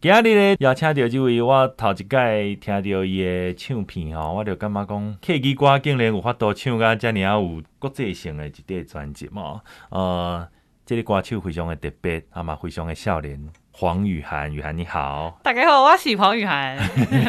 今日咧邀请到这位，我头一届听到伊的唱片吼，我就感觉讲客家歌竟然有法度唱到遮尔啊有国际性的一块专辑嘛。呃，这个歌手非常的特别，啊嘛非常的少年。黄雨涵，雨涵你好。大家好，我是彭雨 涵。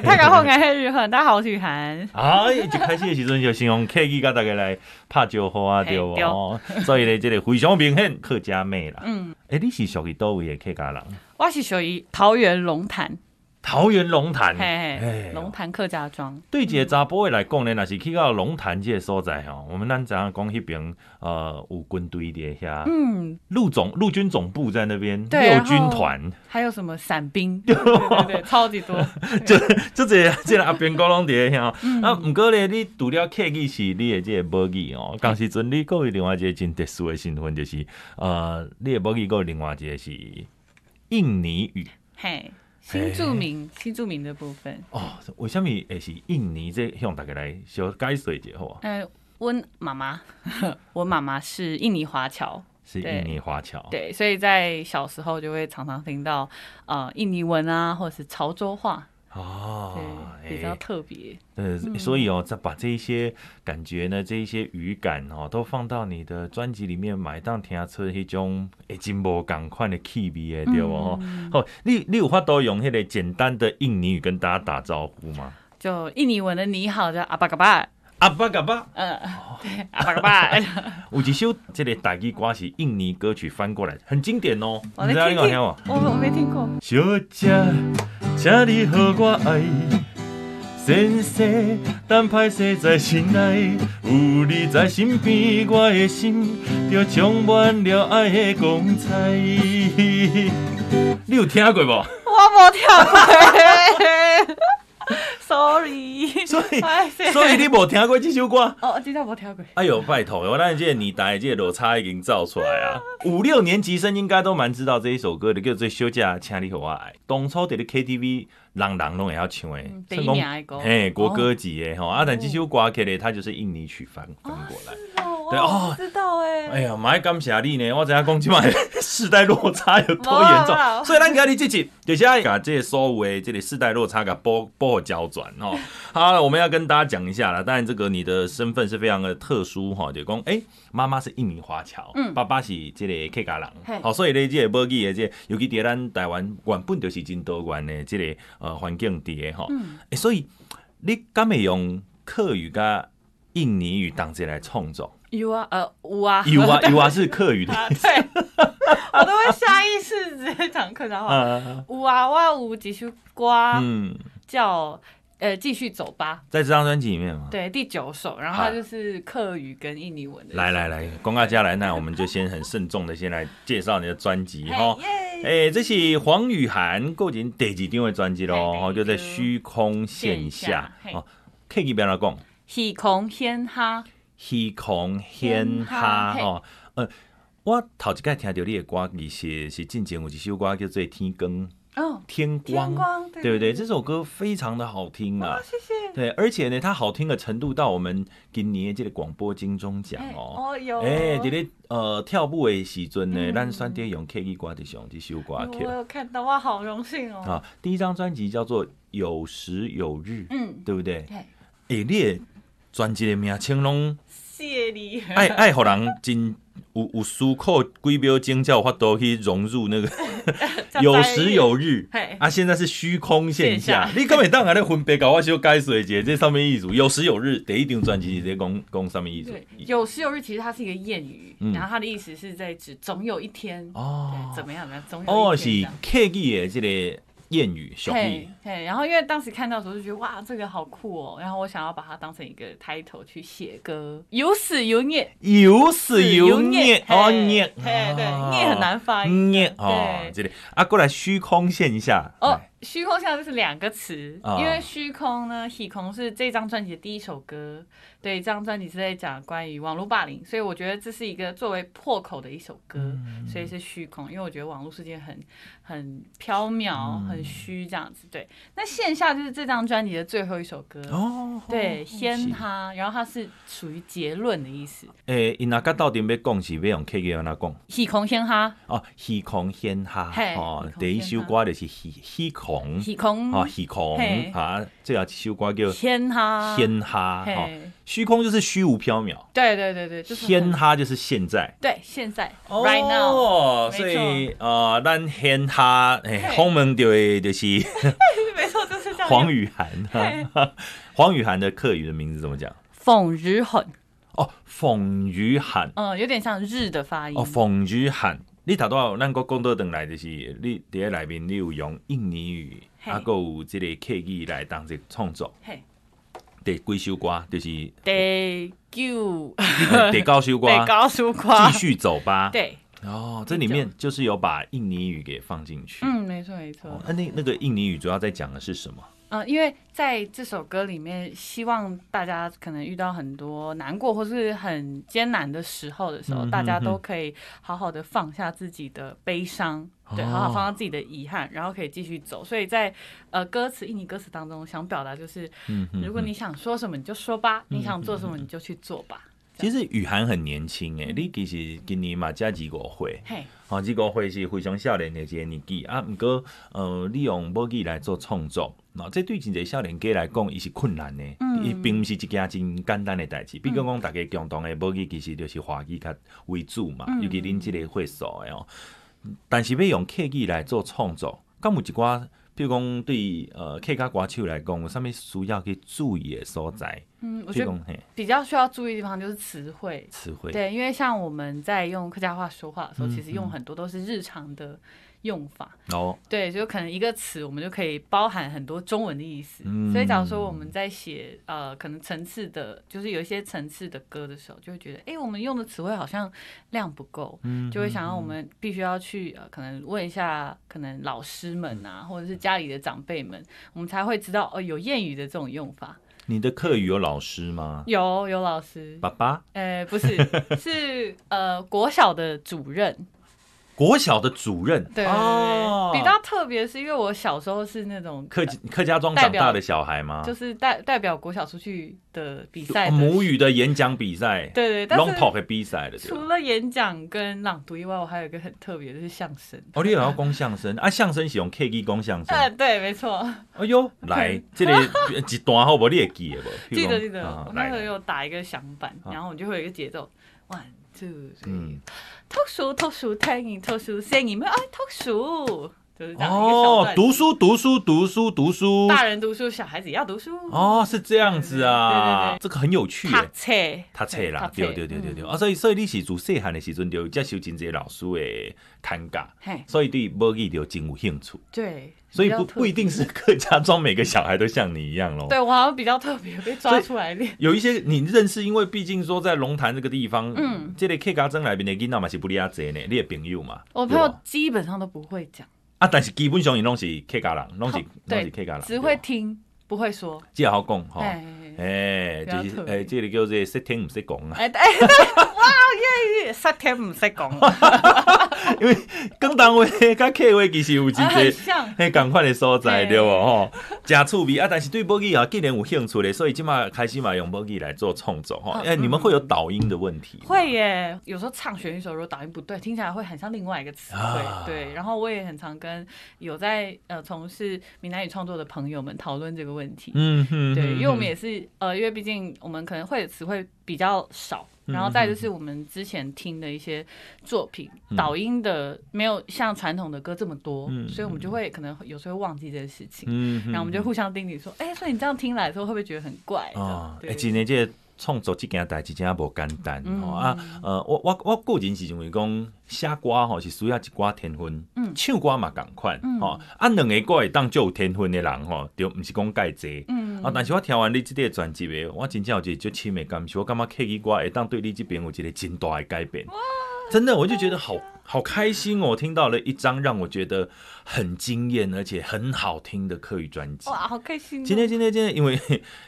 大家好，我是雨涵。大家好，我是雨涵。啊，一开始的时阵就先用客家甲大家来拍招呼啊，对嘿对无？所以咧，这个非常明显客家妹啦。嗯，诶、你是属于倒位的客家人？我是属于桃园龙潭，桃园龙潭。嘿哎哦嘿，龙潭客家庄。对一个查甫的来讲呢，若是去到龙潭这个所在吼，我们咱知影讲迄边呃有军队伫遐，嗯，陆总陆军总部在那边，对六哦然军后团， 还有什么伞兵？对对对，超级多。这这这这阿边高拢伫遐。嗯啊，毋过咧，你除了客语是你的这个母语哦，当时阵你还有另外一个真特殊的身份，就是呃，你的母语还有另外一个是印尼语哎嘿，新著名，新著名的部分。哦。为什么会是印尼这向大家来小解说一下好啊？嗯，我妈妈， 我妈妈是印尼华侨，是对印尼华侨。对，所以在小时候就会常常听到呃印尼文啊，或者是潮州话，哦对，，比较哎特别。呃，所以哦，再把这一些感觉呢，这一些语感哦，都放到你的专辑里面买，当听出迄种已经无共款的气味的对哦。好，你你有法度用迄个简单的印尼语跟大家打招呼吗？就印尼文的你好叫阿巴嘎巴，阿巴嘎巴，嗯，对，阿巴嘎巴。有一首这个台语歌是印尼歌曲翻过来，很经典哦。我你来知道你听有听听，无我？我没听过。小姐，请你予我爱，先生，等歹势在心内，有你在身边，我的心就充满了爱的光彩。你有听过无？我没跳过，sorry。 所以哎是，所以你无听过这首歌？哦，今天没跳过。哎呦，拜托，我那届年代的这个落差已经造出来 啊！五六年级生应该都蛮知道这一首歌的，叫做《小姐，请你和我爱》。当初在咧 KTV，人人拢会晓唱的嗯，算第一名的歌哦嘿，国歌级的吼。啊，但这首歌起来，它就是印尼曲翻翻过来。对哦知道 哎哎。呀，蛮感谢你呢！我知影讲即摆世代落差有多严重没有没，有所以咱今日这集就是要把这个所有的这个世代落差给拨拨交转哦。 好了，我们要跟大家讲一下啦。当然，这个你的身份是非常的特殊哈，就讲哎，妈妈是印尼华侨，嗯爸爸是这个客家人，嘿好，所以咧这个母语的这个尤其伫咱台湾原本就是真多元的这个呃环境底的哈，哎所以你敢会用客语跟印尼语同齐来创作？有啊，呃，有啊， 有啊有 啊，是客语的。啊，对，我都会下意识直接讲客家话。啊，有啊，我有几首歌嗯，叫呃，继续走吧，在这张专辑里面嘛。对，第九首，然后它就是客语跟印尼文的。来来来，公告家来，那我们就先很慎重的先来介绍你的专辑嘿，哈。耶，哎、这是黄雨涵构建第几定位专辑咯，嘿哦，就在第一虚空线线下下嘿哦。可以不要讲喜空天哈，虚空显哈嘿哦，呃，我头一次听到你的歌，其实是进前有一首歌叫做《天光》，哦，天光，天光对对不对？对对这首歌非常的好听啊，哦谢谢。对，而且呢，它好听的程度到我们今年的这个广播金钟奖哦。哦有，哎，伫咧呃跳舞的时阵呢，嗯咱选择用 K 歌的上这首歌曲我有啊看到，哇，好荣幸哦。啊。第一张专辑叫做《有时有日》，嗯，对不对？对，哎，你的专辑的名称拢谢你。爱爱，互人真有有思考几秒钟，才有法度去融入 那个 有时有日嘿。啊，现在是虚空线下哎线，你根本当然咧分别搞我修改水节这上面艺术，有时有日第一张专辑直接讲讲上面艺术对，有时有日其实它是一个谚语，嗯然后它的意思是在指总有一天，哦对，怎么样呢？总有哦一天是这样。客语的这个谚语俗语嘿，嘿，然后因为当时看到的时候就觉得哇，这个好酷哦，然后我想要把它当成一个 title 去写歌，有始有念，有始有念嘿哦念，嘿，对哦，念很难发音，念哦对，这个啊过来虚空线下哦，虚空巷就是两个词，啊因为虚空呢，喜空是这张专辑的第一首歌，对，这张专辑是在讲关于网络霸凌，所以我觉得这是一个作为破口的一首歌，嗯所以是虚空，因为我觉得网络世界很很缥缈、嗯很虚这样子。对，那线下就是这张专辑的最后一首歌，哦，对，掀它，然后它是属于结论的意思，诶，因阿甲到底要讲是要用客家话来讲，喜空掀它，哦，虚空显下嘿，哦虚，空第一首显歌就是虚虚空，喜空哦，虚空嗯嘿，啊，最后一首歌叫掀它，仙哈，嘿哦，虚空就是虚无缥缈，对对对对，就是仙很哈就是现在。对，现在、right now。 哦没错所以呃，咱仙哈，嘿嘿红门就会就是没错，就是这样。黄雨涵哈，黄雨涵的客语的名字怎么讲？讽日很，哦，冯雨涵，嗯，有点像日的发音。哦，冯雨涵，你头拄仔咱个讲到转来就是，你伫咧内面你有用印尼语，嘿啊，佮有即个客语来当一个创作，嘿，第几首歌 就是得救，呃第九首歌， 得高速夸继。续走吧。对，哦，这里面就是有把印尼语给放进去。嗯，没错没错哦，。啊，那那个印尼语主要在讲的是什么？嗯，因为在这首歌里面，希望大家可能遇到很多难过或是很艰难的时候的时候，嗯大家哼都哼可以好好的放下自己的悲伤，对，哦好好放下自己的遗憾，然后可以继续走。所以在呃歌词印尼歌词当中，想表达就是，嗯哼如果你想说什么你就说吧，你想做什么你就去做吧。其实雨涵很年轻诶，你其实今年嘛才几五岁，嘿，哦，这个会是非常少年的一个年纪啊。毋过，呃，你用母语来做创作，哦，这对真侪少年家来讲，伊是困难的，嗯伊、并毋是一件真简单的代志。毕竟讲大家共同的母语其实就是华语较为主嘛，嗯尤其恁即个会所的哦。但是要用客语来做创作，敢有一寡，比如讲对呃客家歌手来讲，有啥物需要去注意的所在？嗯，我比觉如得讲嘿，比较需要注意的地方就是词汇。词汇。对，因为像我们在用客家话说话的时候，嗯其实用很多都是日常的用法。哦，对，就可能一个词，我们就可以包含很多中文的意思。嗯所以，假如说我们在写呃，可能层次的，就是有一些层次的歌的时候，就会觉得，哎、我们用的词汇好像量不够，嗯就会想要我们必须要去呃，可能问一下可能老师们啊，或者是家里的长辈们，我们才会知道哦，有谚语的这种用法。你的课语有老师吗？有有老师，爸爸，呃，不是，是呃国小的主任，国小的主任，对对对对哦比较特别是因为我小时候是那种客客家庄长大的小孩吗？就是代代表国小出去的比赛哦的母语的演讲比赛，对对，但龙是头的比赛的。对除吧了演讲跟朗读以外，我还有一个很特别的是相声。哦，你也要讲相声啊？相声是用 K G 讲相声。呃，对，没错，哎呦，来，这个 一段好不好？你会记得不？譬记如讲得记得，啊我那来时候来，有打一个响板，然后我就会有一个节奏，one two three，嗯，特殊特殊太你特殊声音们爱特殊，就是这样一个小哦，段子读书，读书，读书，读书。大人读书，小孩子也要读书。哦，是这样子对对啊对，这个很有趣读耶。册，读册啦，读对对对对嗯对。啊，所以所以你是自细汉的时阵就有接受真侪老师的牵教，嘿，所以对母语就真有兴趣。对，所以比较不特不一定是客家庄每个小孩都像你一样喽。别。对我好像比较特别，被抓出来练。有一些你认识，因为毕竟说在龙潭这个地方，嗯嗯，这类客家庄内面的囡仔嘛是不哩啊侪呢，你的朋友嘛，我朋友对吧基本上都不会讲，哦啊，但是基本上伊拢是客家人，拢是拢是对客家人，，只会听，不会说。这好讲吼，哎哦哎，就是比较特别哎，这个叫做识听唔识讲啊， 哎哎，对哇，粤语十天唔识 讲，因为广东话甲客话其实 有真啊很侪。像。迄共款的所在嘿对无吼，真趣味啊！但是对母语啊，既然有兴趣咧，所以即马开始嘛用母语来做创作吼。嗯哎，你们会有导音的问题吗？会耶，有时候唱旋律的时候，如果打音不对，听起来会很像另外一个词汇。啊对，然后我也很常跟有在呃从事闽南语创作的朋友们讨论这个问题。嗯哼，对，因为我们也也是呃，因为毕竟我们可能会的词汇比较少，然嗯后再就是我们之前听的一些作品，导音的没有像传统的歌这么多，嗯所以我们就会可能有时候会忘记这件事情，嗯哼然后我们就互相叮咛说，哎、所以你这样听来的时候会不会觉得很怪？啊啊，，对哎，真诶，即创作即件代志真无简单嗯吼啊。呃，我我我个人是认为讲写歌吼是需要一寡天分，嗯唱歌嘛共款吼。啊，两个歌会当就有天分的人吼，就毋是讲介济。嗯啊，但是我听完你即个专辑的，我真正有一个足深的感受，我感觉客语歌会当对你即边有一个真大的改变。真的，我就觉得好好开心哦！听到了一张让我觉得很惊艳而且很好听的客语专辑。哇，好开心、哦！今天今天今天，因为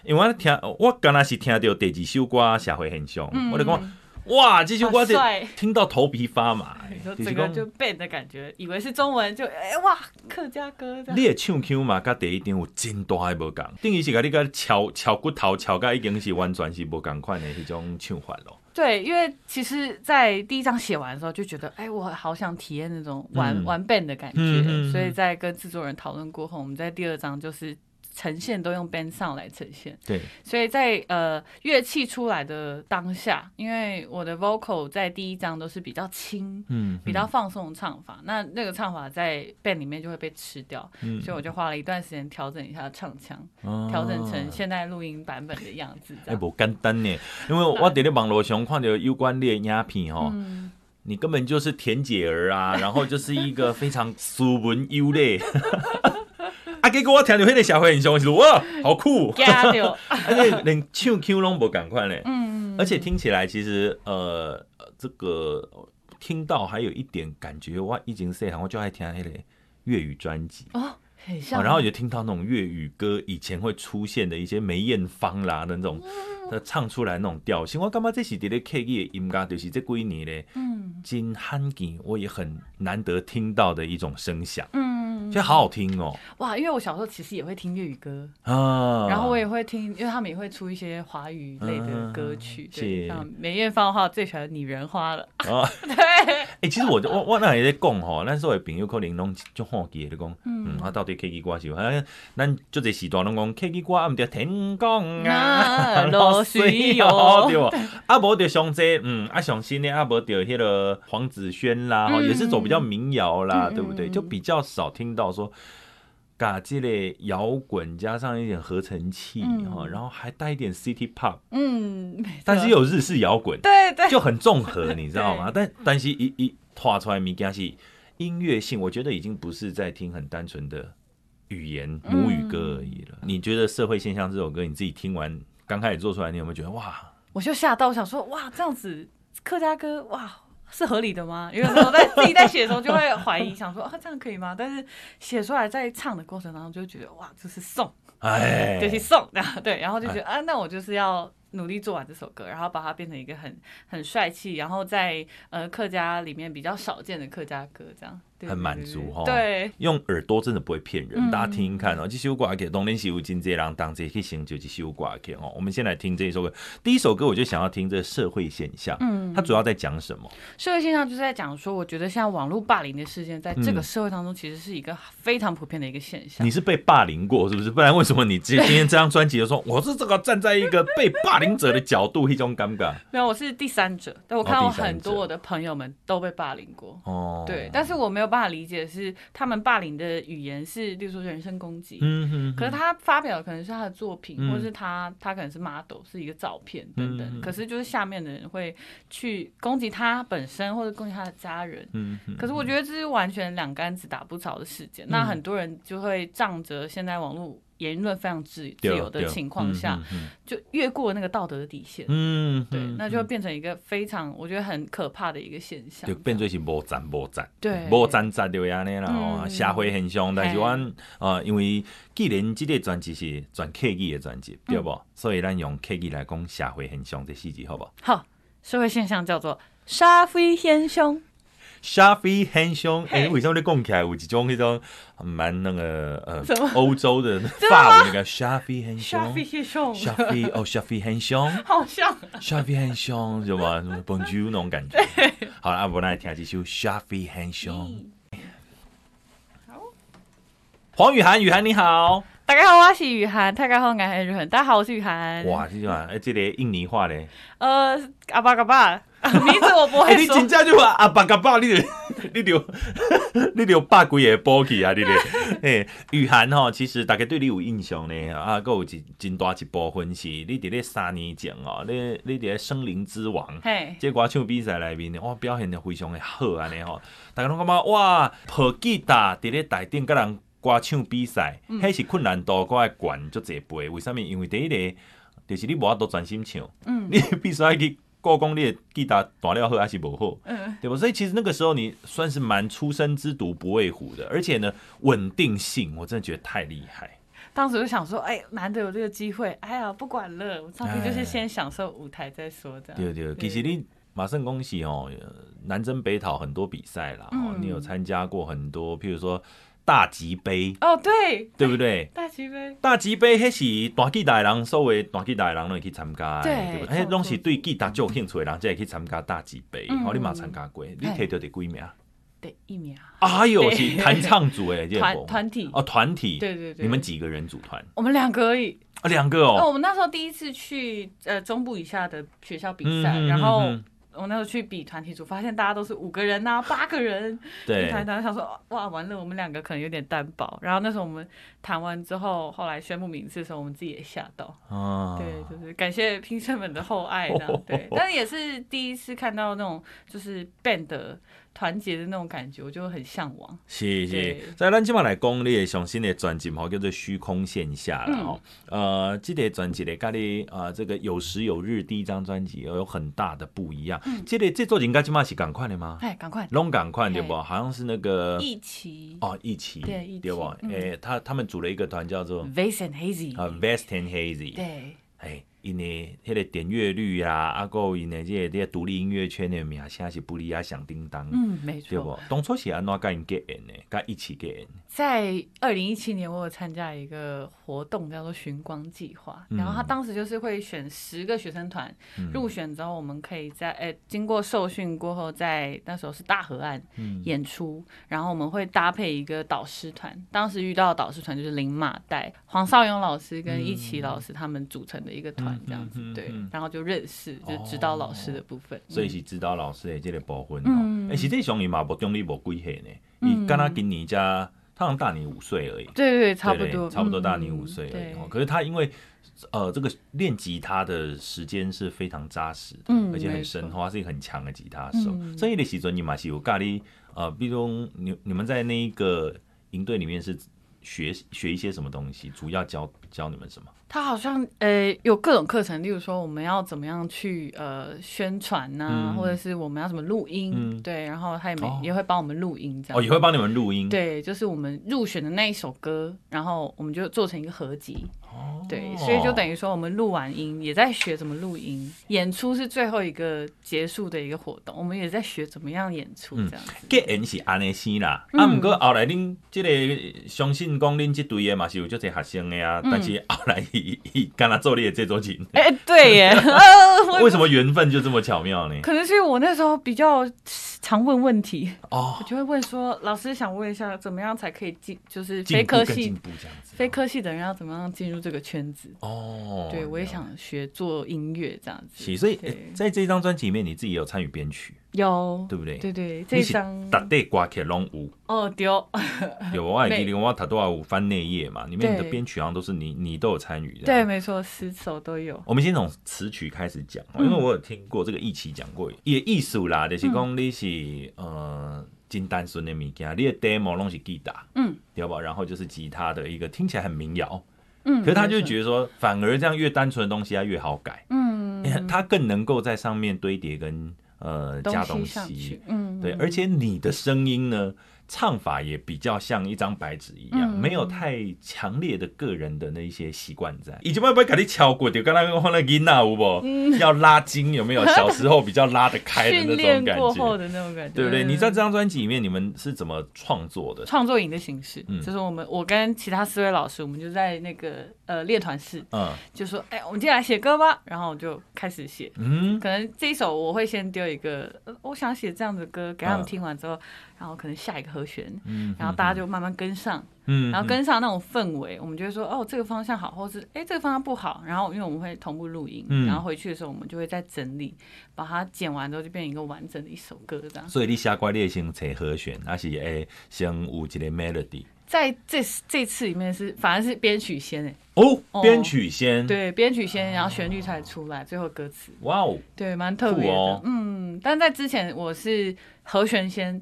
因为我听我刚才是听到第二首歌《社会现象》嗯我就讲哇，这首歌好帅 听到头皮发麻你说，就是整个讲就变的感觉，以为是中文就哎、哇，客家歌这你样。的唱腔嘛，甲第一张有真大的无共，等于是甲你甲敲敲骨头敲甲已经是完全是无共款的迄种唱法咯。对，因为其实，在第一章写完的时候就觉得，哎，我好想体验那种玩、嗯玩 band 的感觉，嗯嗯嗯所以在跟制作人讨论过后，我们在第二章就是呈现都用 band 上来呈现。对，所以在呃乐器出来的当下，因为我的 vocal 在第一章都是比较轻。嗯，比较放松的唱法，那那个唱法在 band 里面就会被吃掉，嗯所以我就花了一段时间调整一下唱腔，嗯调整成现在录音版本的样子。这哎，样无简单呢，因为我伫咧网络上看到有关你的影片吼，嗯你根本就是田姐儿啊， 然后就是一个非常斯文优劣。 啊，结果我听到迄个社会现象是，哇，好酷！加掉，而且连唱腔拢无赶快嘞，嗯，而且听起来其实呃，这个听到还有一点感觉，我以前细汉我就爱听迄个粤语专辑。哦，很像。哦，然后也听到那种粤语歌以前会出现的一些梅艳芳啦的那种，呃，唱出来那种调性，我干嘛这是伫咧 K E 的音乐，就是这几年咧，嗯真罕见，我也很难得听到的一种声响，嗯，觉得好好听哦哇，因为我小时候其实也会听粤语歌，啊！然后我也会听，因为他们也会出一些华语类的歌曲，嗯对，是像梅艳芳的话，最喜欢《女人花》了，啊，哎，其实我就我我那也在讲吼，咱所有的朋友可能拢就好奇的讲，嗯，啊，到底 K E 歌是有，啊，咱就这时段拢讲 K E 歌，啊，毋着天公啊。那落水哦哟，对不？啊，无就上这，嗯，啊，上新的啊，无就迄个黄子轩啦，吼、嗯也是走比较民谣啦，嗯对不对？嗯就比较少听到说，嘎，这类摇滚加上一点合成器哈、嗯哦然后还带一点 City Pop，嗯，没错但是有日式摇滚，对 对就很综合，你知道吗？但但是一一画出来物件是音乐性，我觉得已经不是在听很单纯的语言母语歌而已了。嗯你觉得《社会现象》这首歌，你自己听完刚开始做出来，你有没有觉得哇？我就吓到，我想说哇，这样子客家歌哇是合理的吗？因为我在 自己在写的时候就会怀疑，想说啊这样可以吗？但是写出来在唱的过程当中就觉得哇，这是送，哎，这是送，对，然后就觉得啊，那我就是要。努力做完这首歌，然后把它变成一个很很帅气，然后在呃客家里面比较少见的客家歌，这样对很对满对足哦对，用耳朵真的不会骗人，嗯大家听听看哦。这首歌给东林西无金这让当这去行就这首歌给哦。我们先来听这一首歌，第一首歌我就想要听这社会现象，嗯它主要在讲什么？社会现象就是在讲说，我觉得像网络霸凌的事件，在这嗯个社会当中其实是一个非常普遍的一个现象。你是被霸凌过是不是？不然为什么你今今天这张专辑就说我是这个站在一个被霸凌者的角度，一 种尴尬没有，我是第三者，但我看到第三很多者我的朋友们都被霸凌过。哦。对，但是我没有办法理解的是他们霸凌的语言是，例如说人身攻击，嗯哼，可是他发表的可能是他的作品，嗯或是他他可能是 model 是一个照片等等，嗯可是就是下面的人会去攻击他本身或者攻击他的家人，嗯哼，可是我觉得这是完全两竿子打不着的事件。那很多人就会仗着现在网络言论非常自自对由的对情况下，嗯就越过那个道德的底线。嗯，嗯对，那就嗯会变成一个非常我觉得很可怕的一个现象就。变做是无赞无赞，对无赞赞就安尼啦，嗯哦，社会现象。但是嘿阮呃，因为既然即个专辑是全客语的专辑，对嗯不？所以咱用客语来讲社会现象这四字，好不好？好，社会现象叫做沙飞先凶，社会现象，嘿诶，为什么你讲起来有一种那种啊蛮那个什呃么欧洲的法文那个社会现沙象飞，先凶，社会哦，社会现象，好像社会现象，什么什么 Bonjour 那种感觉。好了，阿伯来听这首社会现象。黄雨涵，雨涵你好。大家好，我是雨涵，大家好，我是雨涵，大家好，我是雨涵。哇，这嘛，哎，这个印尼话嘞，呃，阿巴嘎 巴，名字我不哎，会你说。真正就话阿爸嘎爸，你就 你就你就百几个波去啊，你 咧，哎，雨涵吼，其实大家对你有印象呢，啊，还有一真大一部分是你伫咧三年前哦，你你伫咧《森林之王》。嘿，这歌唱比赛内面呢，我表现得非常的好安尼吼，大家拢感觉哇，抱吉他伫咧台顶甲人歌唱比赛，嗯迄、是困难度我会悬足侪倍。为啥物？因为第一个就是你无法度专心唱，嗯你必须要去够功力地打打料后还是不后，嗯，对吧？所以其实那个时候你算是蛮初生之犊不畏虎的，而且呢，稳定性我真的觉得太厉害。当时就想说，哎，难得有这个机会，哎呀，不管了，我上去就是先享受舞台再说的。对对，其实你马胜恭喜哦，呃南征北讨很多比赛啦，哦，嗯你有参加过很多，譬如说大吉杯，哦，对，对不对？大旗杯，大吉杯迄是大吉大人，所谓大吉大人拢会去参加的，对不对？没错迄拢是对吉他最有兴趣的人才会去参加大吉杯。嗯好，你嘛参加过，你摕到第几 名？啊对，一秒，哎呦，对是弹唱组诶， 这个团团体哦，团体，对对对你们几个人组团？我们两个而已。啊，两个那、哦，我们那时候第一次去呃中部以下的学校比赛，嗯嗯嗯然后嗯我那时候去比团体组，发现大家都是五个人呐、八个人，一对，团一团想说哇完了，我们两个可能有点单薄。然后那时候我们谈完之后，后来宣布名次的时候，我们自己也吓到。啊对，就是感谢评审们的厚爱这 样。对，但也是第一次看到那种就是 band 的团结的那种感觉，我就很向往。是对是，所以咱即马来讲你的上新的专辑吼，叫做《虚空线下》嗯啦吼。呃，这个专辑咧，甲你呃这个有时有日第一张专辑有很大的不一样。嗯这个制作人甲即马是共款的吗？哎，赶快拢赶快对嘿不？好像是那个一起哦，一起对一起不？哎、嗯他他们组了一个团叫做 Vase and Hazy，、呃 Vest and Hazy，对。哎，因的迄个点阅率啊，啊有因的这个这个独立音乐圈的名声是不离啊响叮当，嗯，没对错。不？当初是安怎甲因结缘的，甲一起结缘，在二零一七年，我有参加一个活动，叫做“寻光计划”。嗯然后他当时就是会选十个学生团入选之后，我们可以在诶、经过受训过后，在那时候是大河岸嗯演出，然后我们会搭配一个导师团。当时遇到的导师团就是林马带、黄少勇老师跟一奇老师他们组成的一个团，这样子、嗯嗯嗯对嗯。哦然后就认识，就指导老师的部分。所以嗯是指导老师的这个部分嗯哦。哎、实际上伊嘛无中立无几岁呢，伊敢若今年才他好像大你五岁而已。对对对，差对不对多，差不多大你嗯五岁而已对。哦可是他因为呃，这个练吉他的时间是非常扎实的，嗯而且很深哦厚，他是一个很强的吉他手。所以的时准你马西有咖喱呃，比如你你们在那一个营队里面是学学一些什么东西，主要教教你们什么？他好像呃有各种课程，例如说我们要怎么样去呃宣传呐、嗯或者是我们要怎么录音，嗯对，然后他也没、哦也会帮我们录音这样。哦，也会帮你们录音。对，就是我们入选的那一首歌，然后我们就做成一个合集。哦，对，所以就等于说我们录完音，也在学怎么录音。演出是最后一个结束的一个活动，我们也在学怎么样演出嗯这样子。结缘是安尼生啦，嗯啊，毋过后来恁即个相信讲恁即队的嘛是有足侪学生的嗯啊，但是后来伊伊敢若做你的制作人，哎、对耶，呃 我为什么缘分就这么巧妙呢？可能是因为我那时候比较常问问题。哦我，就会问说，老师想问一下，怎么样才可以进，就是非进步科跟进系步这样子，非科系的人要怎么样进入这个圈子？哦，对，我也了想学做音乐这样解。子。是，所以对在这张专辑里面，你自己也有参与编曲，有，对不对？对对，这你一是啊张逐底歌曲拢有，哦丢，有我还记每得我读多少有翻内页嘛，里面你的对编曲好像都是你你都有参与，对，。没错，十首都有。我们先从词曲开始讲，嗯因为我有听过这个一起讲过，也艺术啦，就是嗯讲你是呃金单纯的物件，你的 demo 拢是吉他，嗯，对吧？然后就是吉他的一个听起来很民谣，嗯，可是他没就错觉得说，反而这样越单纯的东西，它越好改，嗯，它更能够在上面堆叠跟呃加西东上去西，，嗯，对，而且你的声音呢，唱法也比较像一张白纸一样，嗯没有太强烈的个人的那一些习惯在。以前会不会给你敲过就刚刚那个音呐，有不？ 要拉筋有没有？小时候比较拉得开的嗯训那练种感过觉，后的那嗯种感觉，对不对？你在这张专辑里面，你们是怎么创作的？创作营的形式，嗯就是我们我跟其他四位老师，我们就在那个呃练团室，嗯就说哎、我们今天来写歌吧，然后我就开始写，嗯，可能这一首我会先丢一个，呃我想写这样的歌给他嗯们听完之后，然后可能下一个和弦，嗯然后大家就慢慢跟上，嗯，然后跟上那种氛围，我们就会说哦这个方向好，或是哎、这个方向不好，然后因为我们会同步录音，嗯然后回去的时候我们就会再整理，把它剪完之后就变成一个完整的一首歌这样。所以你下瓜列先找和弦，还是诶先有一个 melody 在这这次里面是反而是编曲先哎、哦，哦编曲先，，对编曲先，然后旋律才出来，最后歌词。哇哦，对，蛮特别的。酷哦嗯，但在之前我是和弦先，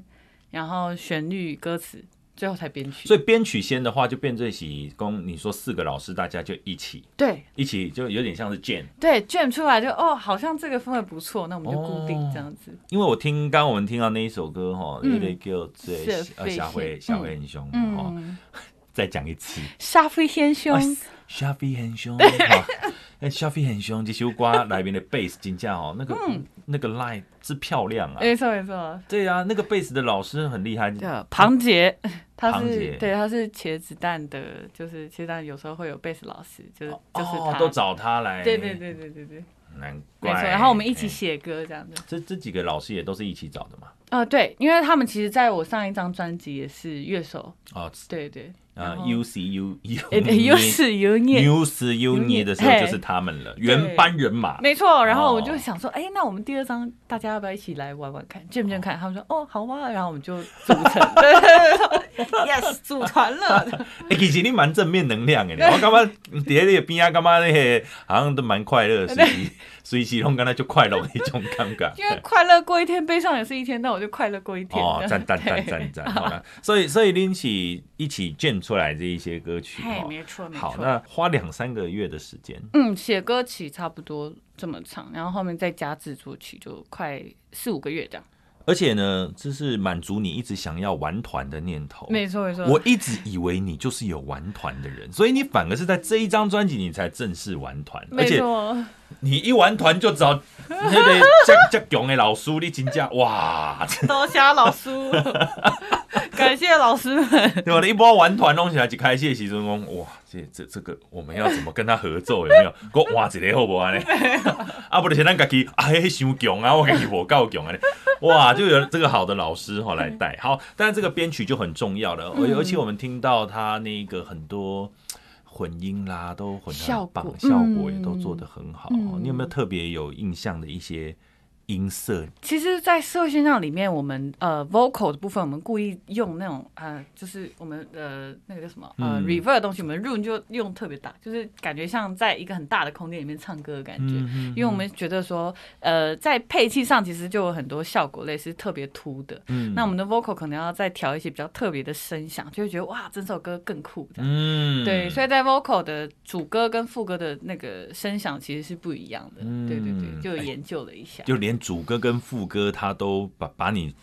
然后旋律、歌词，最后才编曲。所以编曲先的话，就变最喜公，你说四个老师大家就一起对一起，就有点像是 jam。对，卷出来就哦，好像这个氛围不错，那我们就固哦定这样子。因为我听刚刚我们听到那一首歌哈，嗯有点叫做是呃小慧嗯小慧很凶哦，嗯，再讲一次，沙飞先兄哇小慧很凶，哈那小慧很凶，这首歌里面的 bass 真正哦，那个那个 line 之漂亮啊，没错没错，对啊，那个 bass 的老师很厉害，呃，庞杰，他庞是杰对，他是茄子蛋的，就是茄子蛋有时候会有贝斯老师，就是就是哦他，都找他来，对对，对对对对，难没怪。错。然后我们一起哎写歌这样子。这这几个老师也都是一起找的嘛？啊，对，因为他们其实在我上一张专辑也是乐手，哦，对对，啊然后，U C U U 诶对又是有念。 U C U N E 的时候就是他们了，原班人马。没错，然后我哦就想说，哎、那我们第二张大家要不要一起来玩玩看，见不见看？他们说，哦，好啊，然后我们就组 成对，yes，组团了。哎，其实你蛮正面能量的，我感觉在你的边啊，感觉那些好像都蛮快乐的，随时随时拢感觉就快乐的一种感 觉。 因为快乐过一天，悲伤也是一天，那我就快乐过一天。哦，赞赞赞 对赞赞，好了，所以所以恁是一起建出来这一些歌曲嘿，哦。没错没错。好，那花两三个月的时间，嗯，写歌曲差不多这么长，然后后面再加制作曲，就快四五个月这样。而且呢，这是满足你一直想要玩团的念头。没错没错，哦我一直以为你就是有玩团的人，所以你反而是在这一张专辑你才正式玩团，而没且错。 你一玩团就找那个这这强的老师，你真正哇，多谢老师， 感谢老师们。对吧？你一波玩团弄起来一开始的时阵讲哇，这这这个我们要怎么跟他合奏有没有？我哇一个好不好呢？啊，不就是咱家己哎伤强啊，我家己无够强啊呢。哇，就有这个好的老师哈、来带好，但是这个编曲就很重要了，而、而且我们听到他那个很多。混音啦，都混得很棒，效果效果也都做得很好、哦嗯你有没有特别有印象的一些音色？其实，在社会现象里面，我们呃 vocal 的部分，我们故意用那种呃，就是我们呃那个叫什么呃嗯 reverb 的东西，我们 room 就用特别大，就是感觉像在一个很大的空间里面唱歌的感觉。嗯因为我们觉得说，呃，在配器上其实就有很多效果类是特别凸的，嗯那我们的 vocal 可能要再调一些比较特别的声响，就会觉得哇，整首歌更酷这样。嗯对，所以以在 vocal 的主歌跟副歌的那个声响其实是不一样的。嗯对对对，就有研究了一下。就连主歌跟副歌，他都把把你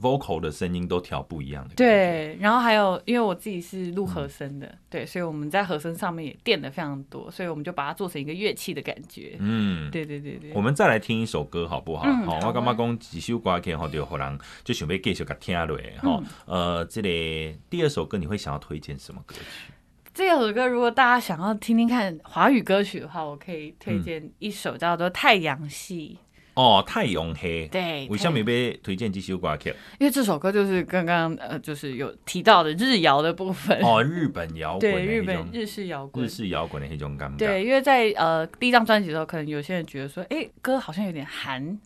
vocal 的声音都调不一样的。，对，然后还有，因为我自己是嗯录和声的，对，所以我们在和声上面也垫的非常多，所以我们就把它做成一个乐器的感觉。嗯， 对对对对，我们再来听一首歌好不好？嗯好，好啊我感觉讲几首歌曲吼，就互人就想要继续甲听落吼。呃，这个第二首歌你会想要推荐什么歌曲？这首歌如果大家想要听听看华语歌曲的话，我可以嗯推荐一首叫做《太阳系哦，太阳黑。》。对，为什么要推荐这首歌曲？因为这首歌就是刚刚呃，就是有提到的日谣的部分。哦，日本摇滚的对，日那本种日式摇滚日。式摇滚的那种感觉。对，因为在呃第一张专辑的时候，可能有些人觉得说，哎、歌好像有点韩，嗯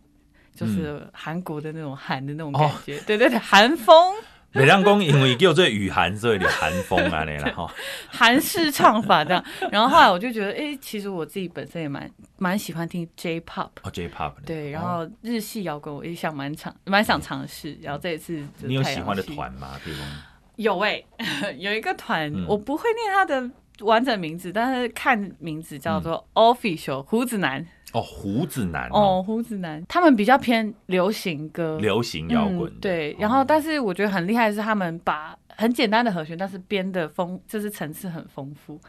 就是韩国的那种韩的那种哦感觉，对对对，韩风、每当讲因为叫做雨寒，所以就寒风啊，你啦 吼。韩式唱法这样。然后后来我就觉得，哎、其实我自己本身也蛮蛮喜欢听 J-pop，哦，J-pop 的。对，然哦嗯后日系摇滚我也想蛮尝蛮想尝试，然后这一次就你有太喜阳欢的系团吗？比如说有哎、 有一个团、嗯我不会念他的完整名字，但是看名字嗯叫做 Official 胡子男。哦，胡子男哦，哦，胡子男，他们比较偏流行歌，流行摇滚的哦嗯。对，然后但是我觉得很厉害的是，他们把很简单的和弦，但是编的丰，就是层次很丰富，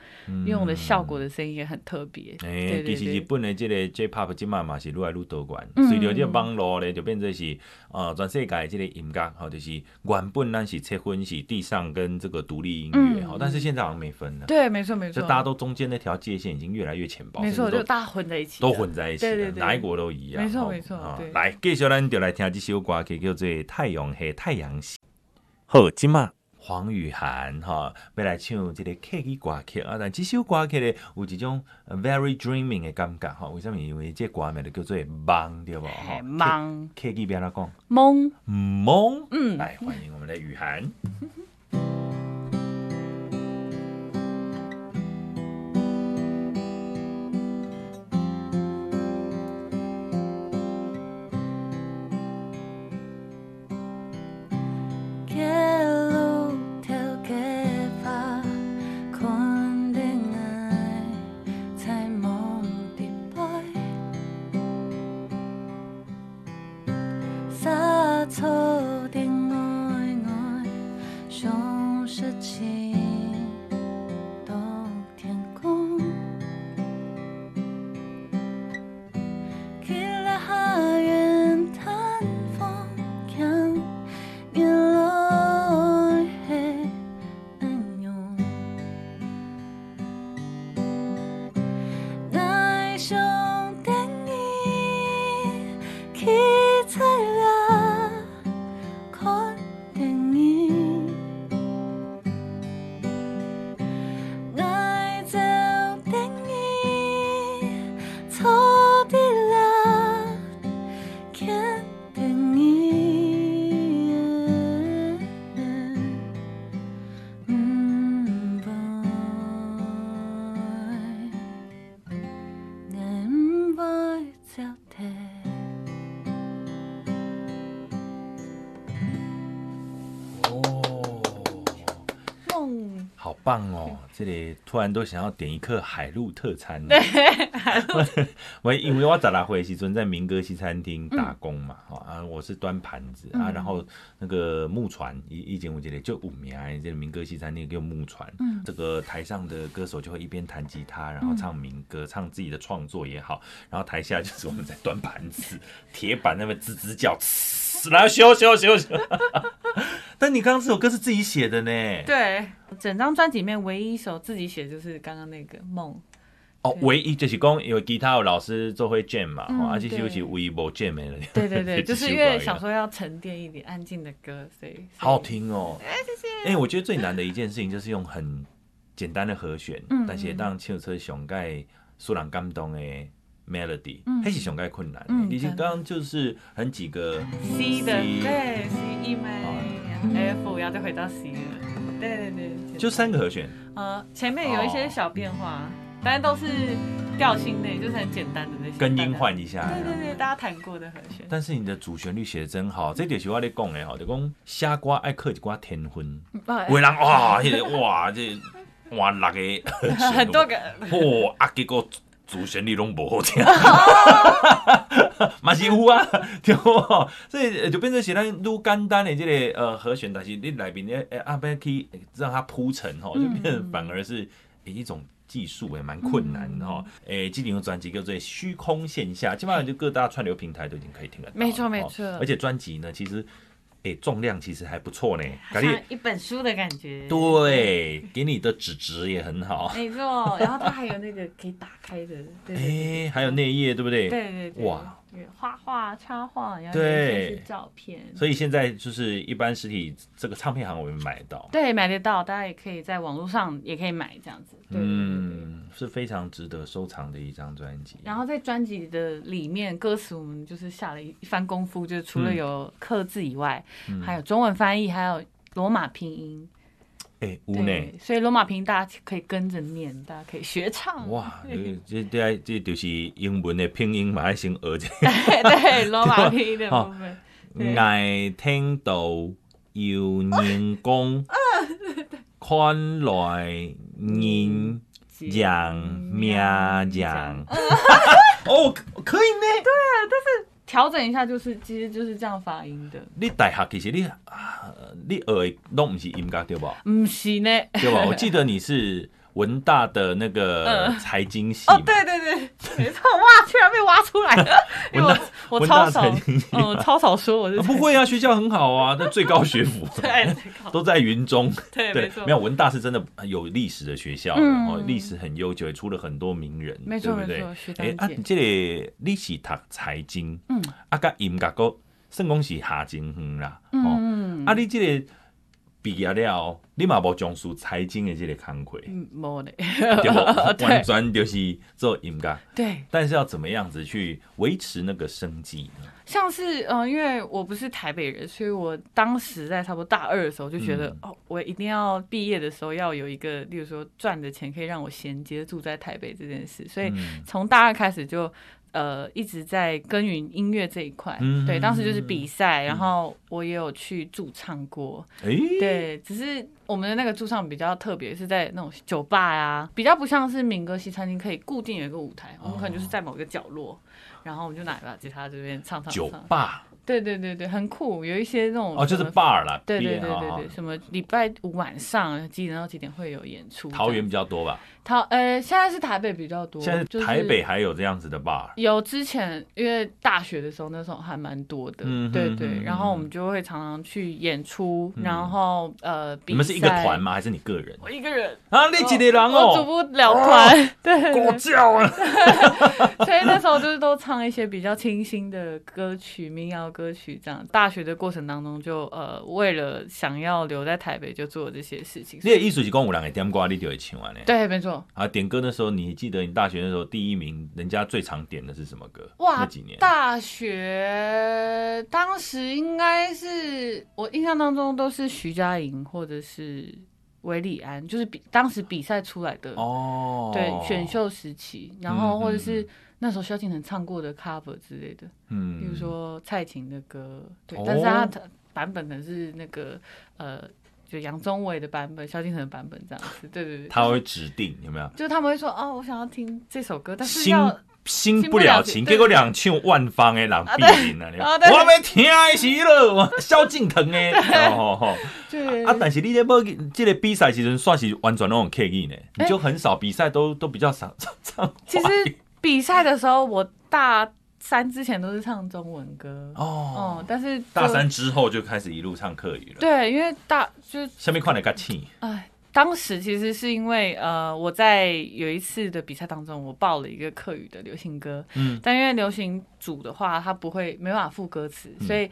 用的效果的声音也很特别。诶嗯对，哎其实对日对，本的这个 J-pop 即嘛嘛是愈来愈多元，嗯随着这个网络咧就变做是呃全世界的这个音乐吼，就是原本咱是切分是地上跟这个独立音乐嗯吼，但是现在好像没分了，对，没错没就错，大家都中间那条界限已经越来越浅薄，没错，甚至就都大家混在一起的，都混在一起了，对对对哪一国都一样。没错吼没错啊对来，继续咱就来听这首歌曲，叫做《太阳黑太阳系》。好，今嘛黄雨涵哈、要来唱这个客语歌曲啊，但这首歌曲咧有一种呃 very dreaming 的感觉哈、为什么？因为这歌名就叫做梦，对不？哈哎，忙客客语边怎讲？懵。梦。嗯来欢迎我们的雨涵。街路头上等你去采啦，看电影。爱就等你错别啦，看电影。嗯，boy，嗯，boy，走的。哦，梦好棒哦！这里突然都想要点一颗海陆特餐。我因为我十六岁的时阵在民歌西餐厅打工嘛，嗯吼、啊，我是端盘子、啊，然后那个木船以以前我记得就五名，啊这个民歌西餐厅叫木船，嗯这个台上的歌手就会一边弹吉他，然后唱民歌，唱自己的创作也嗯好，然后台下就是我们在端盘子， 铁板那边吱吱叫，呲然后咻咻咻咻。 但你刚刚这首歌是自己写的呢？对 对，整张专辑里面唯一一首自己写就是刚刚那个 梦，哦，唯一就是讲有吉他有老师做会 jam 嘛，嗯吼啊，这是对有是唯一无 jam 的。对对对，就是因为想说说要沉淀一点安静的歌，所以好好听哦。哎，谢谢。哎，我觉得最难的一件事情就是用很简单的和弦，嗯但是让唱车上盖苏人感动的 melody，嗯还是上盖困难的。嗯你是真的刚刚就是很几个 C 的 C 对 C E 麦 F，然后再回到 C 了，对对对，就三个和弦，呃前面有一哦些小变化，但是都是调性类，就是很简单的那些根音换一大下家，。对对对，大家弹过的和弦，但是你的主旋律写的真好，这就是我咧讲的吼，就讲虾瓜爱克一瓜天 分，啊有的人哇，迄个哇，这换六个和 弦很多个哦，啊，结果主旋律拢无好听， 嘛是有啊， 对无？所以呃就变成是咱愈简单的这个呃和弦，但是你内面诶诶啊，要去让它铺陈嗯吼，就变成反而是、诶一种。技术也蛮困难的哦，嗯诶、这张专辑叫做《虚空线下》，基本上就各大串流平台都已经可以听得到了。没错没哦错而且专辑呢，其实诶、重量其实还不错呢，感 像觉一本书的感觉，对，给你的纸质也很好。没错，然后它还有那个可以打开的，对对对。哎、还有内页，对不对？。对对对，啊哇，画画、插画，然后有一对些是照片，所以现在就是一般实体这个唱片行我们买得到，对买得到，大家也可以在网络上也可以买这样子，对对对对。嗯，是非常值得收藏的一张专辑。然后在专辑的里面，歌词我们就是下了一番功夫，就是除了嗯有刻字以外，还有中文翻译，还有罗马拼音。哎，屋内对，所以罗马拼音大家可以跟着念，大家可以学唱。 哇，这这这就是英文的拼音嘛，要先学这 对对，罗马拼音的部分。 对个。爱听到有人 讲，看来人讲名嗯 讲，哦，可以呢。调整一下，就是其实就是这样发音的。你大学其实你啊，你学的拢不是音乐对吧？嗯，是呢。 对吧？我记得你是文大的那个嗯财经系嘛哦，对对 对，没错，哇，居然被挖出来了，因为文大我我文大超少财经系，嗯，我超少说我是啊不会啊，学校很好啊，那最高学府 对，对靠都在云中。对没对错，没有文大是真的有历史的学校，嗯然后历史很悠久，也出了很多名人，没对错不对没错学？长哎啊姐，你这里你是读财经，嗯，啊，甲音乐个算讲是下真远啦，哦，嗯啊，你这个毕业了后，你嘛无从事财经的这个工 课，嗯，没嘞，对不？对完全就是做音乐。对，但是要怎么样子去维持那个生计呢？像是呃，因为我不是台北人，所以我当时在差不多大二的时候就觉得，嗯哦，我一定要毕业的时候要有一个，例如说赚的钱可以让我衔接住在台北这件事，所以嗯从大二开始就。呃，一直在耕耘音乐这一块，嗯对，当时就是比赛，然后我也有去驻唱过，诶，对，只是我们的那个驻唱比较特别，是在那种酒吧呀、比较不像是民歌西餐厅可以固定有一个舞台，我们可哦能就是在某个角落，然后我们就拿一把吉他这边唱唱酒唱。吧对对对对，很酷，有一些那种哦，就是什么 bar 啦，嗯对对 beer，对哈对哈对，什么礼拜五晚上几点到几点会有演出？桃园比较多吧？桃呃，现在是台北比较多，现在就是台北还有这样子的 bar，有之前因为大学的时候，那时候还蛮多的，嗯哼对嗯对。哼嗯然后我们就会常常去演出，然后呃，比你们是一个赛团？吗？还是你个人？我一个人，啊，你几个人我组哦？不了团，对对狗对叫啊！ 哦 所以那时候就是都唱一些比较清新的歌曲、民谣歌曲这样。大学的过程当中就，呃，为了想要留在台北，就做了这些事情。你的意思是讲有人会点歌，你就会唱完嘞。对，没错。啊，点歌那时候，你记得你大学那时候第一名，人家最常点的是什么歌？那哇几年，大学当时应该是我印象当中都是徐佳莹或者是韦礼安，就是比当时比赛出来的、哦，嗯对选，秀时期，然后或者是那时候萧敬腾唱过的 cover 之类的，嗯比如，说蔡琴的歌，对，哦但是他的版本可能是那个呃，就杨宗纬的版本、萧敬腾的版本这样子，对对对，他会指定有没有？就他们会说哦，我想要听这首歌，但是新啊要新不了情，新不了情对结果两唱万方的人必赢了。你啊对看我没听的是了，我萧敬腾的。哦哦 对哦啊，但是你在要这个比赛其实算是完全那种 K E 呢，你哎就很少比赛都都比较少 唱唱华语。其实比赛的时候，我大三之前都是唱中文歌哦，哦，但是就大三之后就开始一路唱客语了。对，因为大就是下面看了个气，哎，当时其实是因为呃，我在有一次的比赛当中，我报了一个客语的流行歌，嗯但因为流行组的话，它不会没办法附歌词，嗯所以。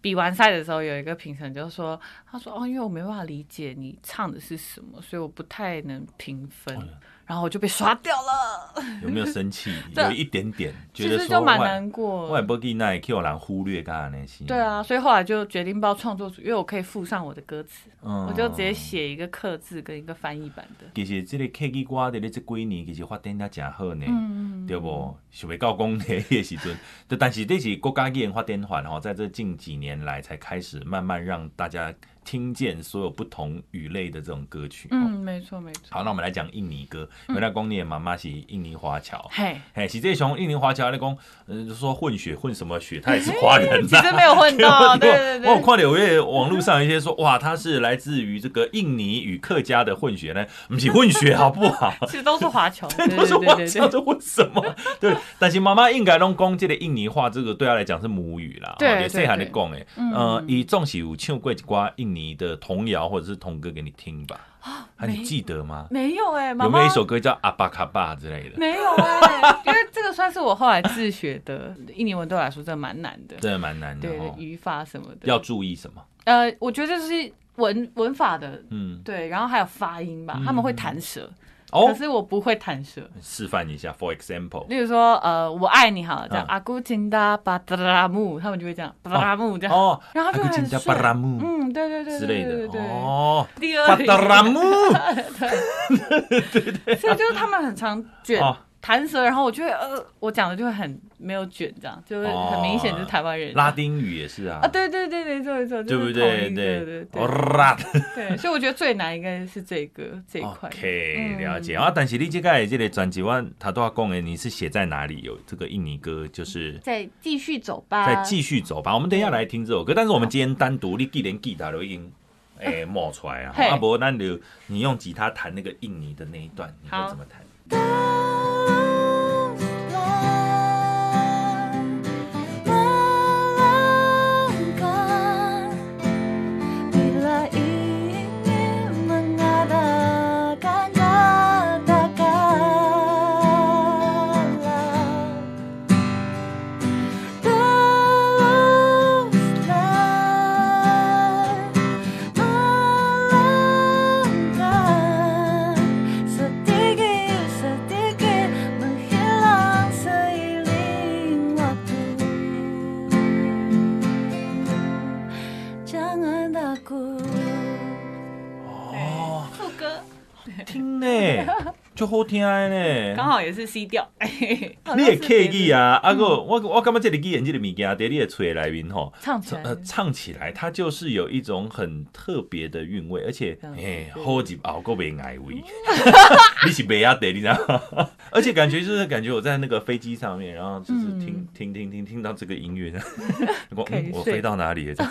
比完赛的时候，有一个评审就说：“他说哦，因为我没办法理解你唱的是什么，所以我不太能评分，哦然后我就被刷掉了。有没有生气？ 对有一点点，觉其得实说就蛮哇难过。我也不记那也 Q 人忽略噶那些。对，啊，所以后来就决定报创作组，因为我可以附上我的歌词，嗯我就直接。写一个刻字跟一个翻译版的。其实这个客语歌的咧，这几年其实发展得真好嗯呢，对不？想袂到讲迄个时阵，就但是这是国家语言发展法吼，在这近几年来才开始慢慢让大家听见所有不同语类的这种歌曲。嗯，，没错没错。好，那我们来讲印尼歌。原来光你的妈妈是印尼华侨，嘿，嘿，是这熊印尼华侨咧讲，嗯，就说混血混什么血，他也是华人其呐、实没有混 到，对对我有对。看到有些网络上有一些说，哇，他是来自于这个印尼与客家的混血呢，不是混血好不好？其实都是华 侨，对都对是对华对侨，对，这为什 么？对，但是妈妈应该拢讲这个印尼话，这个对她来讲是母语啦。对也对细汉的对嗯讲诶，呃，伊总是有唱过一挂印尼的童谣或者是童歌给你听吧？啊，你没记得吗？没有哎，妈有没有妈一首歌叫《阿巴卡巴》之类的？没有 哎，因为这个算是我后来自学的，印尼文对我来说真的蛮难的，真的蛮难的对哦。语法什么要的。注意什么？呃，我觉得这是文文法的，嗯，对，然后还有发音吧，他们会弹舌，可哦，是我不会弹舌。示范一下，for example，例如说，呃，我爱你好了，这样嗯阿古金达巴德拉木，他们就会这样巴德拉木这样，哦，然后就阿古很金加顺。巴拉木嗯，对对对，之对类对对的对哦。第巴二达拉 姆，所以就是他们很常卷哦弹舌，然后我就会呃，我讲的就会很没有卷，这样就会很明显就是台湾人哦拉丁语也是啊啊，，对对对，没错没错，对不就是同对？音对对哦对拉对，所以我觉得最难应该是这个这一块。 ，OK，嗯了解啊。但是你这个这个专辑，我他都要讲的，你是写在哪里？有这个印尼歌，就是再继续走吧，再继续走吧。我们等一下来听这首歌，但是我们今天单独你既然吉 他都已经诶冒出来啊，嘿阿伯，那你就你用吉他弹那个印尼的那一段，你会好怎么弹？ Teruslah melangkah Bila ingin mengadakan katakanlah Teruslah melangkah sedikit sedikit menghilang seiring waktu. Jangan takut. 哦，副歌听 呢，就好听的刚呢。好也是 C 调，你也 K 意语啊，嗯啊个我我感觉这个语言这个物件在你的嘴内面吼。唱起来呃，唱起来它就是有一种很特别的韵味，而且这样子哎，嗯对嗯好几熬过没矮味， 你是没亚得，你知道 吗？而且感觉就是感觉我在那个飞机上面，然后就是听、嗯听听听听到这个音乐， 我可以嗯我睡 飞到哪里了？这样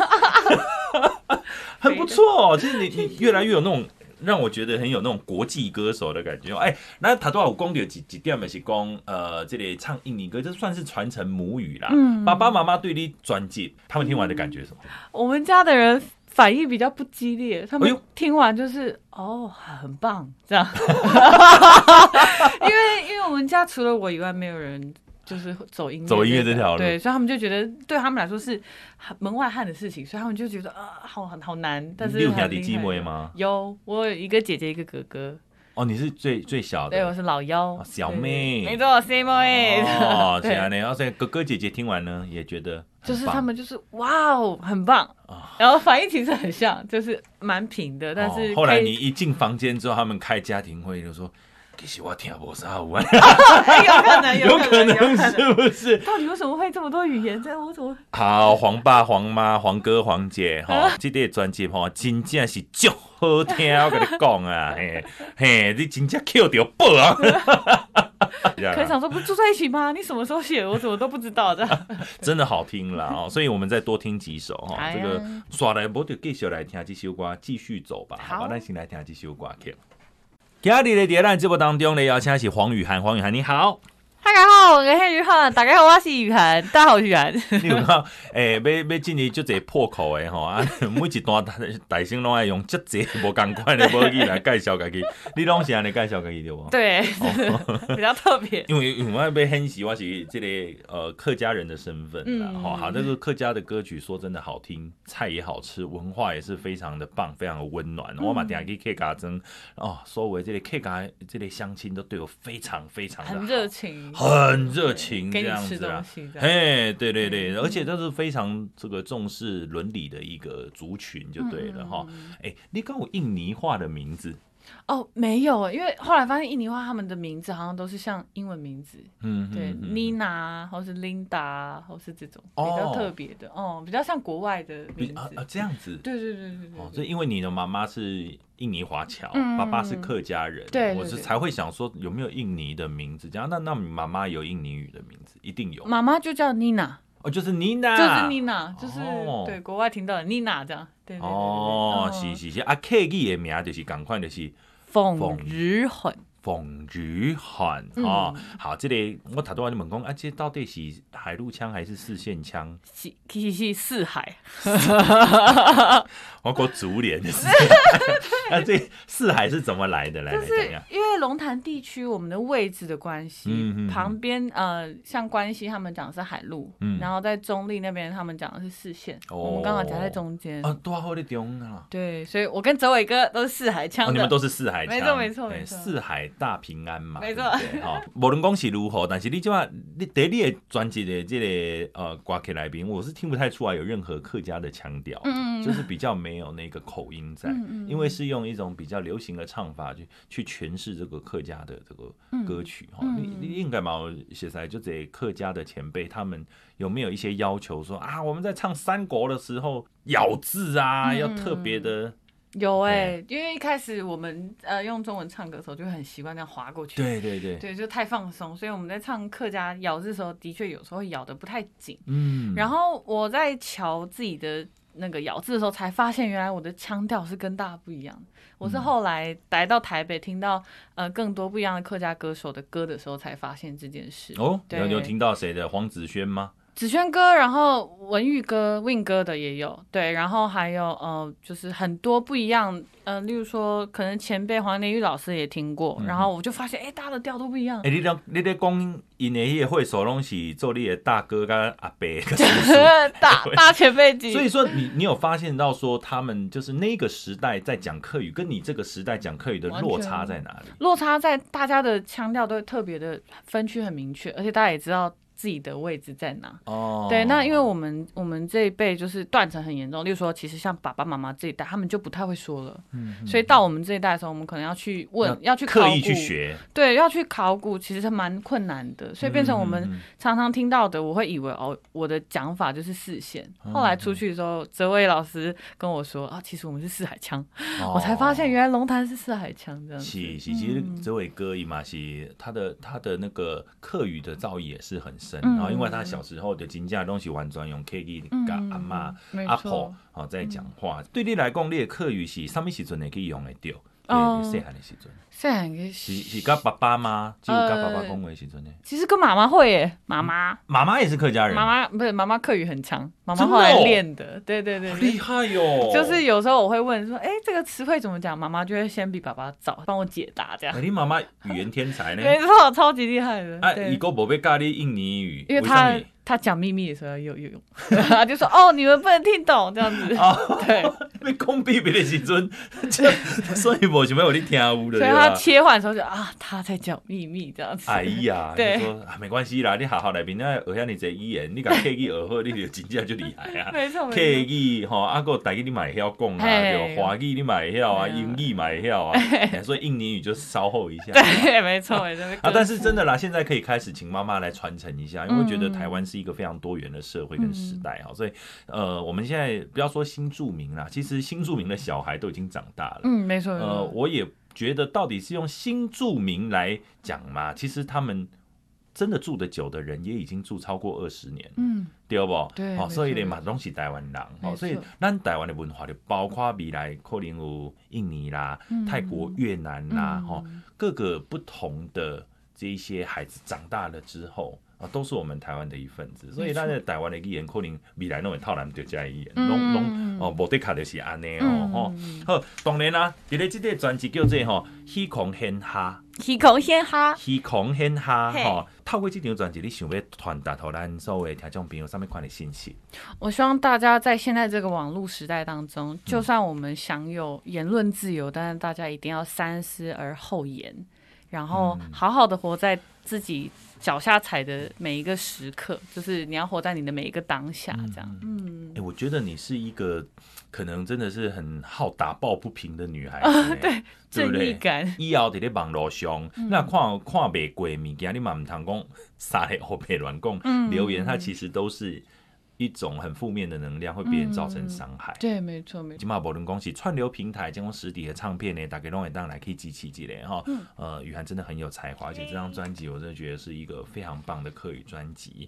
很不错哦，就是你你越来越有那种。让我觉得很有那种国际歌手的感觉。哎，那塔多尔公有几几点嘛是讲，呃，这里唱印尼歌，这算是传承母语啦。嗯爸爸妈妈对你专辑，他们听完的感觉是什么？我们家的人反应比较不激烈，他哎们呦听完就是、哦，很棒 这样。因为因为我们家除了我以外，没有人就是走音乐走音乐这条路对，所以他们就觉得对他们来说是门外汉的事情，所以他们就觉得啊、好好好难。但是你有很兄弟厉姊害妹吗有，我有一个姐姐，一个哥哥，哦，你是最最小的，对，我是老幺，哦小对妹没错，C 妹。 哦，是对啊，然后所以哥哥姐姐听完呢，也觉得很就是棒他们就是哇哦，很棒，然后反应其实很像，就是蛮平的，但是、哦、后来你一进房间之后，他们开家庭会就说。其实我听不啥完，哎 有可 能，有可有能是不是？到底为什么会这么多语言在？我怎么好，黄爸、黄妈、黄哥、黄 姐，吼，这个专辑吼，真正是足好听，我跟你讲 啊，嘿，嘿，你真正捡到宝啊！ 可以想说不是住在一起吗？你什么时候写？我怎么都不知道的。真的好听啦哦，所以我们再多听几首哈。哎这呀个耍来无就继续来听这首歌，继续走吧。好好吧，咱先来听这首歌曲。今日的谍战直播当中呢，邀请的是黄雨涵，黄雨涵你好，大家好，我是雨涵，大家好，我是雨涵，大家好，雨涵。你有 看？诶、要要进入足侪破口的吼，啊， 每一段大大声拢爱用足侪无共款的语语来介绍家己， 你拢是安尼介绍家己对无？对，哦比较特别。因为因为我被很喜欢是这类呃客家人的身份啦，嗯好、好，这个客家的歌曲说真的好听，菜也好吃，文化也是非常的棒，非常的温暖。嗯我嘛点去客家庄哦，所有的这类客家这类乡亲都对我非常非常的很热情，很热情这给你样吃子东啊。西这样嗯嘿，对对对，而且他是非常这个重视伦理的一个族群，就对嗯了哈。哎、你刚我印尼话的名字，哦，没有，因为后来发现印尼话他们的名字好像都是像英文名字，嗯，对嗯嗯，Nina 啊或是 Linda 啊或是这种比哦较特别的，哦，比较像国外的比名啊字啊。这样子，对对对对对哦，对，所以因为你的妈妈是印尼华侨，嗯爸爸是客家人，对对我是对才会想说有没有印尼的名字这样。那那你妈妈有印尼语的名字，一定有妈妈就叫 Nina，哦，就是妮娜，嗯就是 Nina，就是哦对国外听到的 Nina 这样。对对对对嗯对。哦，是是是，啊客语的名就是赶快就是凤日魂，凤菊汉嗯哦。好，这里我打电话就问讲，啊，这到底是海陆腔还是四线腔？其其实是四海，我搞竹联的是， 那这四海是怎么来的？来就来是讲讲。因为龙潭地区我们的位置的关系，嗯嗯嗯旁边呃像关西他们讲的是海陆，嗯然后在中立那边他们讲的是四线，哦我们刚好夹在中间。啊，多好的中啊！对，所以我跟哲伟哥都是四海哦，腔的，你们都是四海腔，没错没错哎没错四海大平安嘛，没错对不对哈。无论讲是如 何，但是你即话，你在你的专辑的这个呃歌曲来宾，我是听不太出来有任何客家的腔调，嗯嗯嗯就是比较没有那个口音在，嗯嗯嗯因为是用一种比较流行的唱法去去诠释这个客家的这嗯个歌曲哈、你你应该嘛写出来，就这客家的前辈他们有没有一些要求说啊，我们在唱三国的时候咬字啊，嗯要特别的。有哎、因为一开始我们呃用中文唱歌的时候就很习惯这样划过去，对对对，对，就太放松，所以我们在唱客家咬字的时候，的确有时候会咬的不太紧。嗯，然后我在瞧自己的那个咬字的时候，才发现原来我的腔调是跟大家不一样的。嗯我是后来来到台北，听到呃更多不一样的客家歌手的歌的时候，才发现这件事。哦，对有有听到谁的黄子轩吗？子轩哥，然后文玉哥、Win 哥的也有，对，然后还有呃，就是很多不一样，呃，例如说可能前辈黄连玉老师也听过，嗯然后我就发现，哎，大家的调都 不一样哎、，你咧你咧讲因的迄个会所拢是做你的大哥跟阿伯跟叔大大前辈级， 所以说你你有发现到说他们就是那个时代在讲客语，跟你这个时代讲客语的落差在哪里？落差在大家的腔调都会特别的分区很明确，而且大家也知道自己的位置在哪。哦，对，那因为我们我们这一辈就是断层很严重，例如说，其实像爸爸妈妈这一代，他们就不太会说了，嗯所以到我们这一代的时候，我们可能要去问，要去刻考意古去学，对，要去考古其实蛮困难的，所以变成我嗯嗯们嗯常常听到的，我会以为哦，我的讲法就是四线。嗯后来出去的时候，泽伟老师跟我说啊，其实我们是四海腔，我才发现哦。原嗯来龙潭是四海腔这样子。是是，其实这位哥伊嘛是他的他的那个客语的造诣也是很深，嗯然后因为他小时候的金价东西完全用客语嗯跟阿妈没阿错嗯婆哦在讲话，对你来讲，你的客语是什么时阵会去用得到？哦细汉的时阵，虽然个是是跟爸爸吗？只有跟爸爸呃讲话的时阵呢？其实跟妈妈会耶，妈嗯妈妈妈也是客家人，妈妈不是妈妈课语很长，妈妈嗯真的后来哦练的，对对对好对厉害哦哟、欸就是有时候我会问说，哎、这个词汇怎么讲？妈妈就会先比爸爸早帮我解答，这样哎、。你妈妈语言天 才呢。没错，超级厉害的。嗯啊，对伊个无要教你印尼语，因为啥他物他讲秘密的时候有有用， 他就说哦，你们不能听懂这样 子。哦 对，要讲秘密的时阵， 这所以无想要有你听有的所对以他吧？切换的时候就啊，他在讲秘密这样子。哎呀，对你说啊，没关系啦，你学校内面那学遐尼侪语言，你甲客语学好，你就真正就厉害啊。 没错客没错。语吼，啊个台语你嘛会晓讲啊，嘿对，华语你嘛会晓啊，对啊英语嘛会晓 啊，所以印尼语就稍后一下。对，没错没错。啊，但是歌词真的啦，现在可以开始请妈妈来传承一下，因为我觉嗯得台湾是一个非常多元的社会跟时代哈、所以呃，我们现在不要说新住民啦，其实新住民的小孩都已经长大了，嗯，没错没呃，错。我也觉得到底是用新住民来讲嘛，其实他们真的住的久的人也已经住超过二十年，嗯，对不？对哦，没所以咧错嘛拢是台湾人，哦，没错所以咱台湾的文化就包括未来可能有印尼啦、泰国、越南啦，嗯 哦，各个不同的这一些孩子长大了之后。啊，都是我们台湾的一份子，所以没错咱的台湾的语言可能未来拢会套咱对这语言，嗯拢拢哦，无得卡就是安尼哦嗯，吼、好，当然啦、伫咧即个专辑叫做吼《虚空显下》。提口先哈。虚空显下嘿吼，透过这张专辑，你想要传达给咱所有的听众朋友什么款的信息？我希望大家在现在这个网络时代当嗯中，就算我们享有言论自由，但是大家一定要三思而后言，然后嗯好好的活在自己脚下踩的每一个时刻，就是你要活在你的每一个当下，这样。嗯哎、我觉得你是一个可能真的是很好打抱不平的女孩子、欸对，对不哦正义对？感。 以后伫咧网络上，那看看袂过的物件，你嘛毋通讲啥咧后白乱讲，留言它其实都是一种很负面的能量，会别人造成伤害。对，没错，没错。起码无论讲是串流平台，将实体的唱片呢，大家拢会当来可以支持一下哈。呃，雨涵真的很有才华，而且这张专辑我真的觉得是一个非常棒的客语专辑。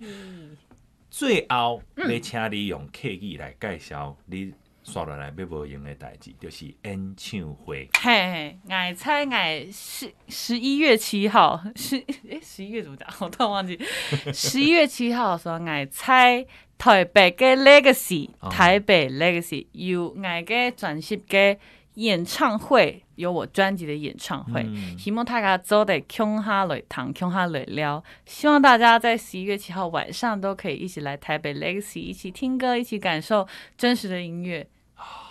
最后，要请你用客语来介绍你刷落来要无用的代志，就是演唱会。嘿，矮猜矮十十一月七号， 十哎十一月怎么讲？我突 然忘记。十一月七号的时候，矮猜台北嘅 Legacy，、哦台北 Legacy 有矮嘅专辑嘅演唱会，有我专辑的演唱会。嗯希望大家做得穷哈累糖，穷哈累撩。希望大家在十一月七号晚上都可以一起来台北 Legacy，一起听歌，一起感受真实的音乐。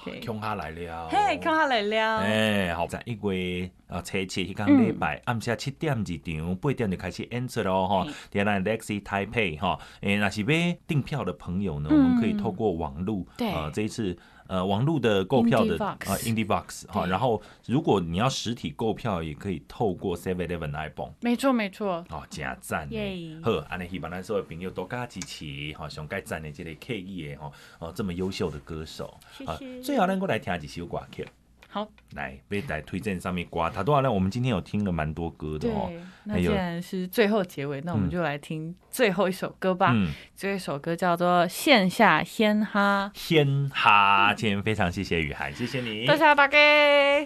对琼哈啊来了，嘿，穷哈累撩。哎、好，在一月啊，初七迄天礼拜，暗时七点一场，八点就开始演出咯吼嗯。伫咱 Lexi 台北吼，诶、若是要订票的朋友呢，嗯我们可以透过网络，对呃，这一次。呃，网络的购票的 Indie Box 呃 Indie Box 哈，对然后如果你要实体购票，也可以透过 Seven Eleven 来蹦没错，没错。哦，真赞呢耶！好，安尼希望咱所有朋友多加支持，吼、上该赞的这个 K E 的吼，哦，这么优秀的歌手，谢啊谢最后咱过来听一首歌曲。好，来被来推荐上面瓜，他多少呢？我们今天有听了蛮多歌的对哦。，那还既有然是最后结尾，那我们嗯就来听最后一首歌吧。嗯，最后一首歌叫做《线下嘻哈天哈，今天非常谢谢雨涵，谢谢》，你，多谢大家。